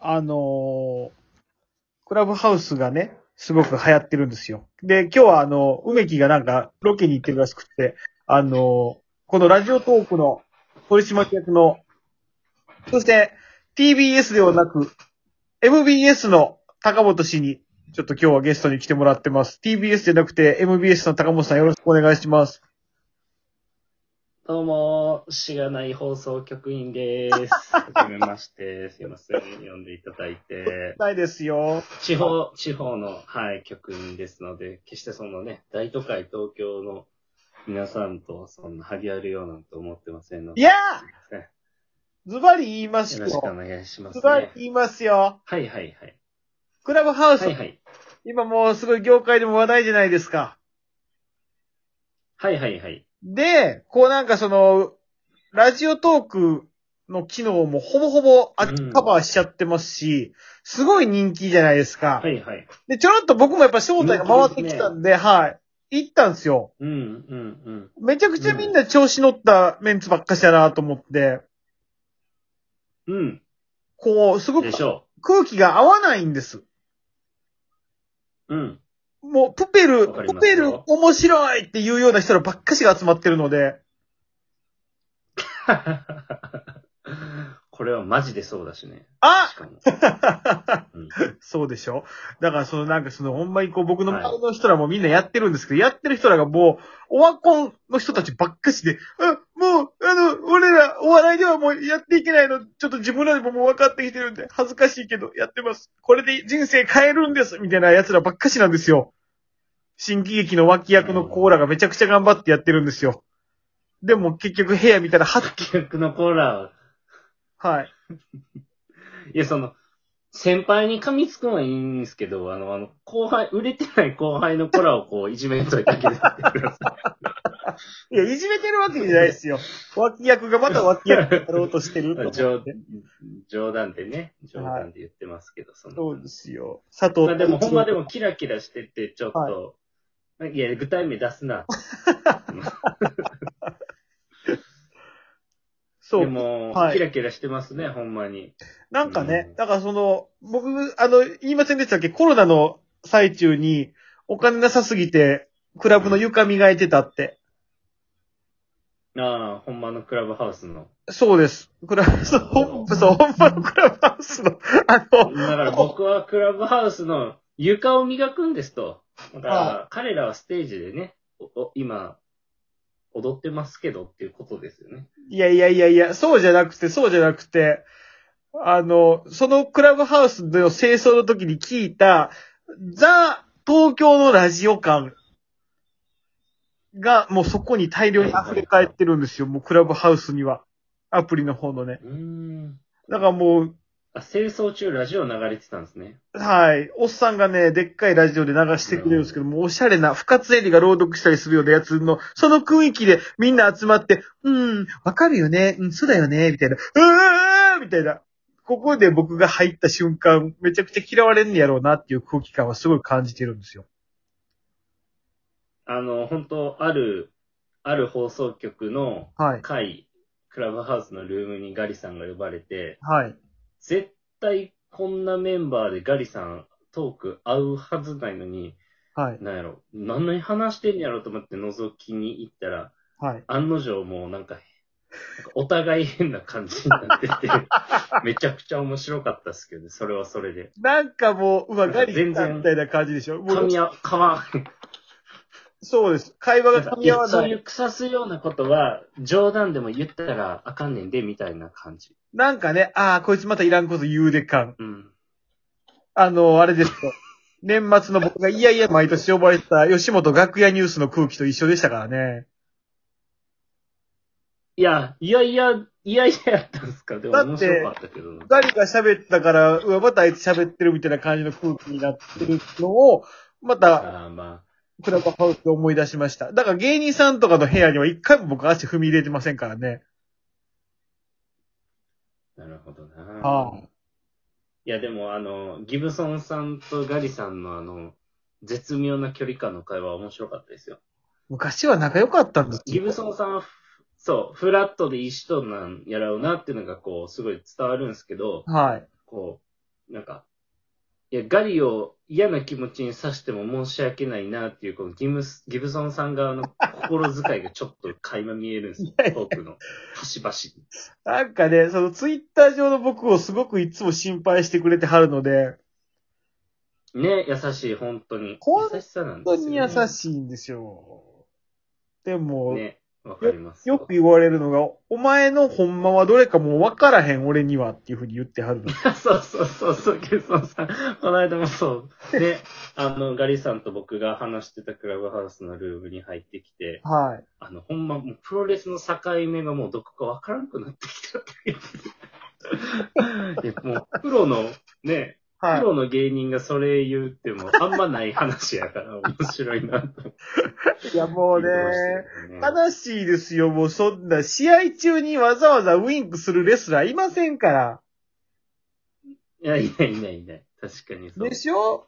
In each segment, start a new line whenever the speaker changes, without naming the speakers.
あのークラブハウスがね、すごく流行ってるんですよ。で、今日はあの、梅木がなんかロケに行ってるらしくって、あのーこのラジオトークの取締役の、そして TBS ではなく、MBS の高本氏に、ちょっと今日はゲストに来てもらってます。TBS じゃなくて MBS の高本さんよろしくお願いします。
どうも、しがない放送局員です。 はじめまして、すいません。呼んでいただいて。
ないですよ。
地方、地方の、はい、局員ですので、決してそのね、大都会東京の皆さんと、そんな、はぎあるようなんて思ってませんの
い
で。
や
すいませんよ
ーズバリ言いますよ
ろ。しくお願いしま
ズ
す、ね。
バ
は
リ
い
言いますよ。
はいはい。
クラブハウス
はいはい。
今もうすごい業界でも話題じゃないですか。
はいはいはい。
で、こうなんかその、ラジオトークの機能もほぼほぼあ
うん
カバーしちゃってますし、すごい人気じゃないですか。
はいはい。
で、ちょろっと僕もやっぱ招待が回ってきたんで、はい。行ったんですよ。
うんうんうん。
めちゃくちゃみんな調子乗ったメンツばっかしだなと思って、
うん。
こう、すごく
でしょ
空気が合わないんです。
う。うん。
もう、プペル、
わかりますよ
プペル面白いっていうような人らばっかしが集まってるので、
これはマジでそうだしね。
あ
しかも。うん
そうでしょだからそのなんかそのほんまにこう僕の周りの人らもみんなやってるんですけど、やってる人らがもう、オワコンの人たちばっかしで、あ、もう、あの、俺らお笑いではもうやっていけないの、ちょっと自分らでももう分かってきてるんで、恥ずかしいけどやってます。これで人生変えるんですみたいな奴らばっかしなんですよ。新喜劇の脇役のコーラがめちゃくちゃ頑張ってやってるんですよ。でも結局部屋見たら、は、
企画のコーラは、
はい。
いや、その、先輩に噛みつくのはいいんですけど、あの、あの、後輩、売れてない後輩のコラをこ う、いじめといただけでやってくださ
いや、いじめてるわけじゃないです よ。脇役がまた脇役やろうとしてると思っ
い
て
冗冗談でね、冗談で言ってますけど、その。
そうですよ。佐藤
まあでも、ほんまで
も。
もキラキラしてて、ちょっと、、
はい
や、具体名出すな。
そ
で
う。
も、
はい
キラキラしてますね、ほんまに。
なんかね
う、ん
だからその、僕、あの、言いませんでしたっけコロナの最中に、お金なさすぎて、クラブの床磨いてたって。
ああ、ほんまのクラブハウスの。
そうです。クラブ、そう、ほんそうほんまのクラブハウスの、あ
だ
の、
から僕はクラブハウスの床を磨くんですと。だから彼らはステージでね、おお今、踊ってますけどっていうことですよね。
いやいやいやいや、そうじゃなくて、そうじゃなくて、あの、そのクラブハウスの清掃の時に聞いた、ザ・東京のラジオ感が、もうそこに大量に溢れ返ってるんですよ、もうクラブハウスには。アプリの方のね。
うーん。
だからもう、
あ、清掃中ラジオ流れてたんですね。
はい。おっさんがね、でっかいラジオで流してくれるんですけども、おしゃれな、深津絵里が朗読したりするようなやつの、その雰囲気でみんな集まって、うん、わかるよね、うん、そうだよね、みたいな、うーみたいな。ここで僕が入った瞬間、めちゃくちゃ嫌われんねやろうなっていう空気感はすごい感じてるんですよ。
あの、本当ある、ある放送局の
はい。
会、クラブハウスのルームにガリさんが呼ばれて、
はい。
絶対こんなメンバーでガリさんトーク合うはずないのに、
はい。
なんやろ、何に話してんやろと思って覗きに行ったら、
はい。
案の定もうなんか、なんかお互い変な感じになっ てて、めちゃくちゃ面白かったですけどね、それはそれで。
なんかもう、うわ、ガリ
全
さん
然
みたいな感じでしょも
噛
う
み合わ、噛ま、
そうです。会話が噛み合わ
そ
な
うい
い。
う腐すようなことは、冗談でも言ったらあかんねんで、みたいな感じ。
なんかね、ああ、こいつまたいらんこと言うで感。
うん。
あの、あれですよ。年末の僕がいやいや毎年呼ばれてた吉本楽屋ニュースの空気と一緒でしたからね。
いや、いやいや、いやいややったんすかでも
だって
面白かったけどな。
誰が喋ったから、うわ、またあいつ喋ってるみたいな感じの空気になってるのを、また、
ああま
クラブハウスで思い出しました。だから芸人さんとかの部屋には一回も僕足踏み入れてませんからね。
あ、なるほどな。
はい
や、でもあの、ギブソンさんとガリさんのあの、絶妙な距離感の会話は面白かったですよ。
昔は仲良かったんです
ギブソンさんは、そう、フラットでいい人なんやろうなっていうのが、こう、すごい伝わるんですけど、
はい。
こなんか、いや、ガリを嫌な気持ちにさしても申し訳ないなっていう、このギムス、ギブソンさん側の 心遣いがちょっと垣間見えるんですよ。トークの端々に。
なんかね、そのツイッター上の僕をすごくいつも心配してくれてはるので、
ね、優しい、本当に。
本
優しさなんで
本
す
当
よ、
に
ね。
優しいんですよ。でも、
ね、わかります。
よく言われるのが、お前のほんまはどれかもうわからへん俺にはっていうふうに言ってはるの。
そうそうそうそう、ゲストさん。この間もそう。 で、あの、ガリさんと僕が話してたクラブハウスのルームに入ってきて、
はい。
あの、ほんま、もうプロレスの境目がもうどこかわからなくなってきたって いう。いや、もう、プロの、ね、
は
プロの芸人がそれ言うっても、あんまない話やから面白いなと思って
い。いや、もうね、
ね
悲しいですよ。もうそんな、試合中にわざわざウィンクするレスラーいませんから。
いや、いないいないいない。確かにそう。
でしょ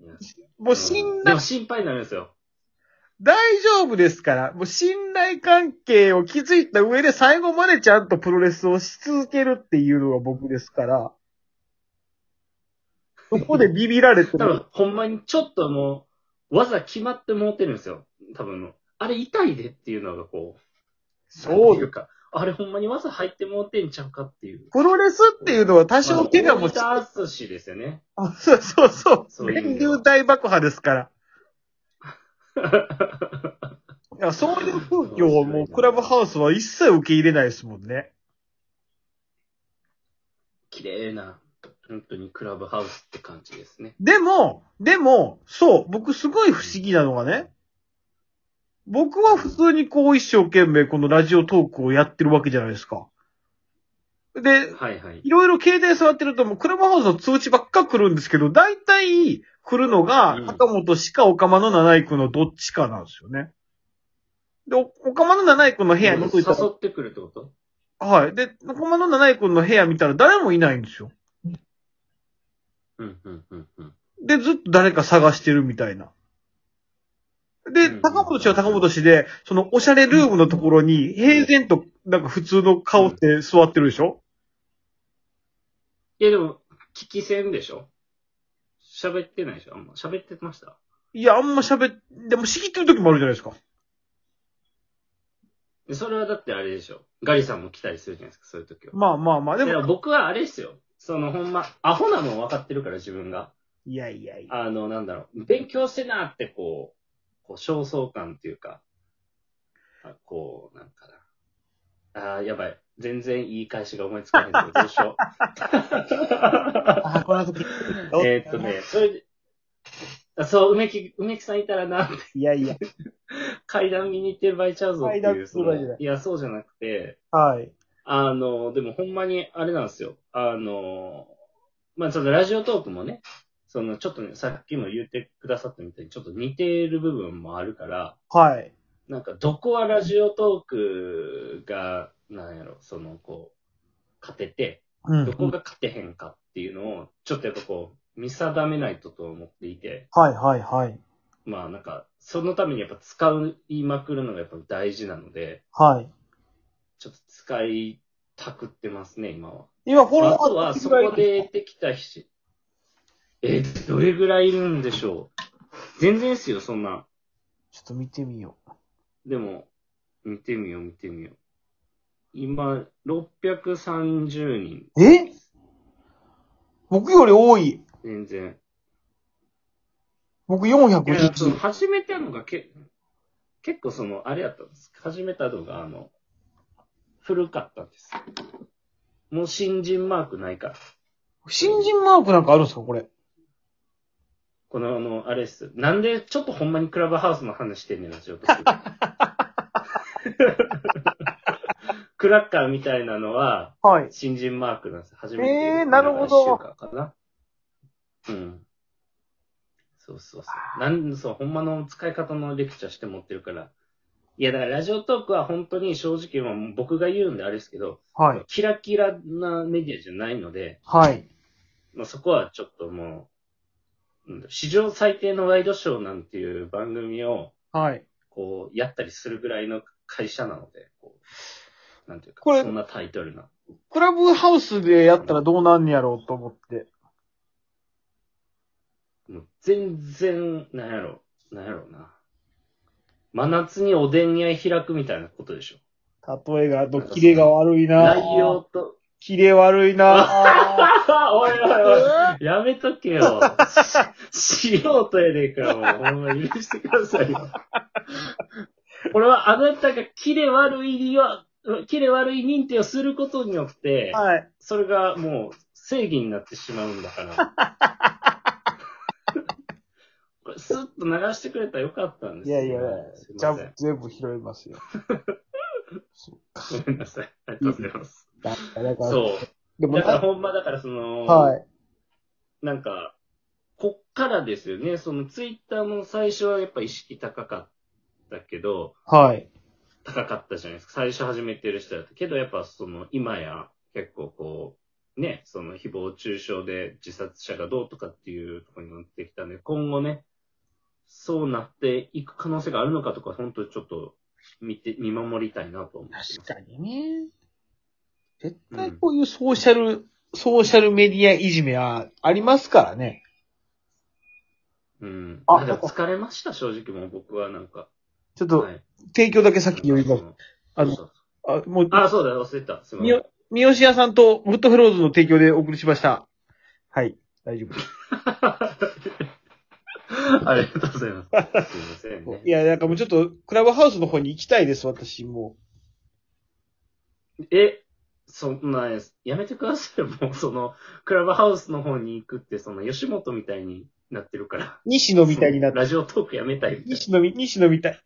いや
もう信
で
頼
も、心配になるんですよ。
大丈夫ですから。もう信頼関係を築いた上で最後までちゃんとプロレスをし続けるっていうのが僕ですから。そこでビビられて
多
も。
分、ほんまにちょっともう、技決まってもうてるんですよ。多分の。あれ痛いでっていうのがこう、
そ。
なんていううか、あれほんまに技入ってもうてんちゃうかっていう。
プロレスっていうのは多
あの
少怪我も
大
し
分厚しですよね。
あそうそうそ
そう
う。
いう意
電
味では
流大爆破です から。
はい
や、そういう風景をもうクラブハウスは一切受け入れないですもんね。
い綺麗な、本当にクラブハウスって感じですね。
でも、でも、そう、僕すごい不思議なのがね、僕は普通にこう一生懸命このラジオトークをやってるわけじゃないですか。で、
はいはい。
いろいろ携帯触ってるともうクラブハウスの通知ばっか来るんですけど、大体来るの
う
が
ん、
高本しか岡間の七井くんのどっちかなんですよね。で、お岡間の七井くんの部屋に覗
誘
いたら
ってくるってこと
はい。で、中間の七井君の部屋見たら誰もいないんですよ。
うんうんうんうん。
で、ずっと誰か探してるみたいな。で、
うん
高本氏は高本氏で、そのおしゃれルームのところに平然と、なんか普通の顔って座ってるでしょ
いやでも、聞き戦でしょ喋ってないでしょあんま喋ってました
いや、あんま喋っ、でも仕切ってる時もあるじゃないですか。
でそれはだってあれでしょガリさんも来たりするじゃないですか、そういう時は。
まあまあまあ、で
いや
も、
僕はあれですよ。そのほんま、アホなの分かってるから自分が。
いやいやいや。
あの、なんだろう、勉強せなってこう、こう、焦燥感っていうか、あこう、なんかな。ああー、やばい。全然言い返しが思いつかないけど、どうし よう。
あ、この後、
えーっとね、それで、あそう、梅木、梅木さんいたらな、
いやいや。
階段見に行ってる場合ちゃうぞっ
階
てい
段
う、
そ
そ
うだよ
のいや、そうじゃなくて、
はい。
あの、でもほんまにあれなんですよ。あの、まあ、そのラジオトークもね、そのちょっとね、さっきも言ってくださったみたいにちょっと似ている部分もあるから、
はい。
なんかどこはラジオトークが、なんやろ、そのこう、勝てて、
う
どこ
ん。
が勝てへんかっていうのを、ちょっとやっぱこう、見定めないとと思っていて、
はいはいはい。
まあなんか、そのためにやっぱ使いまくるのがやっぱ大事なので、
はい。
ちょっと使いたくってますね、今は。
今、フォロワー
あとは、そこでできた人。え、どれぐらいいるんでしょう全然ですよ、そんな。
ちょっと見てみよう。
でも、見てみよう、見てみよう。今、630人。
え僕より多い。
全然。
僕
いや、その、
450。
始めたのがけ、結構その、あれやったんです。始めたのが、あの、古かったんです。もう新人マークないから。
新人マークなんかあるんですかこれ。
この、あの、あれです。なんで、ちょっとほんまにクラブハウスの話してんねんな、ちょっと。クラッカーみたいなのは、
はい。
新人マークなんです。初めて。
えーなるほど
1週間かな。うん。そうそうそう。なんそう、ほんまの使い方のレクチャーして持ってるから。いや、だからラジオトークは本当に正直、まあ僕が言うんであれですけど、
はい。
キラキラなメディアじゃないので、
はい。
まあ、そこはちょっともう、うん史上最低のワイドショーなんていう番組を、
はい。
こう、やったりするぐらいの会社なので、こうなんていうか、
これ
そんなタイトルな。
クラブハウスでやったらどうなんやろうと思って。
もう全然、なんやろ、なんやろうな。真夏におでん屋開くみたいなことでしょ。
例えが、ど、キレが悪いな
内容と。
キレ悪い な
おいおいおい、やめとけよ。ししようとやねえから、もう、ほんま許してくださいよ。これはあなたがキレ悪いは、キレ悪い認定をすることによって、
はい。
それがもう正義になってしまうんだから。これスッと流してくれたらよかったんです
い
け
や
ど
いや、
すい
じゃあ
ません。
全部拾いますよ。そうか。
ごめんなさい。ありがとうございます。
だだから、
そ
で
う。
も
だから
な、
ほんまだからその、
はい。
なんか、こっからですよね。そのツイッターも最初はやっぱ意識高かったけど、
はい。
高かったじゃないですか。最初始めてる人だったけど、やっぱその今や結構こう、ね、その誹謗中傷で自殺者がどうとかっていうところになってきたんで、今後ね、そうなっていく可能性があるのかとか、本当にちょっと見て、見守りたいなと思ってます。
確かにね。絶対こういうソーシャル、ソーシャルメディアいじめはありますからね。
うん。
あ
あ、でも疲れました、正直もう僕はなんか。
ちょっと、
い。
提供だけさっきよりも、あの
そうそう
あ、もう、
あ、そうだ、忘れてた。すみま
み
せん
よ。、三好屋さんとグッドフローズの提供でお送りしました。はい。大丈夫です。
ありがとうございます。すみませんね
い。や、なんかもうちょっと、クラブハウスの方に行きたいです、私、も
え、そんな、やめてください。もう、その、クラブハウスの方に行くって、その、吉本みたいになってるから。
う。西野みたいになって、
ラジオトークやめたいみたい
西野み、西野みたい、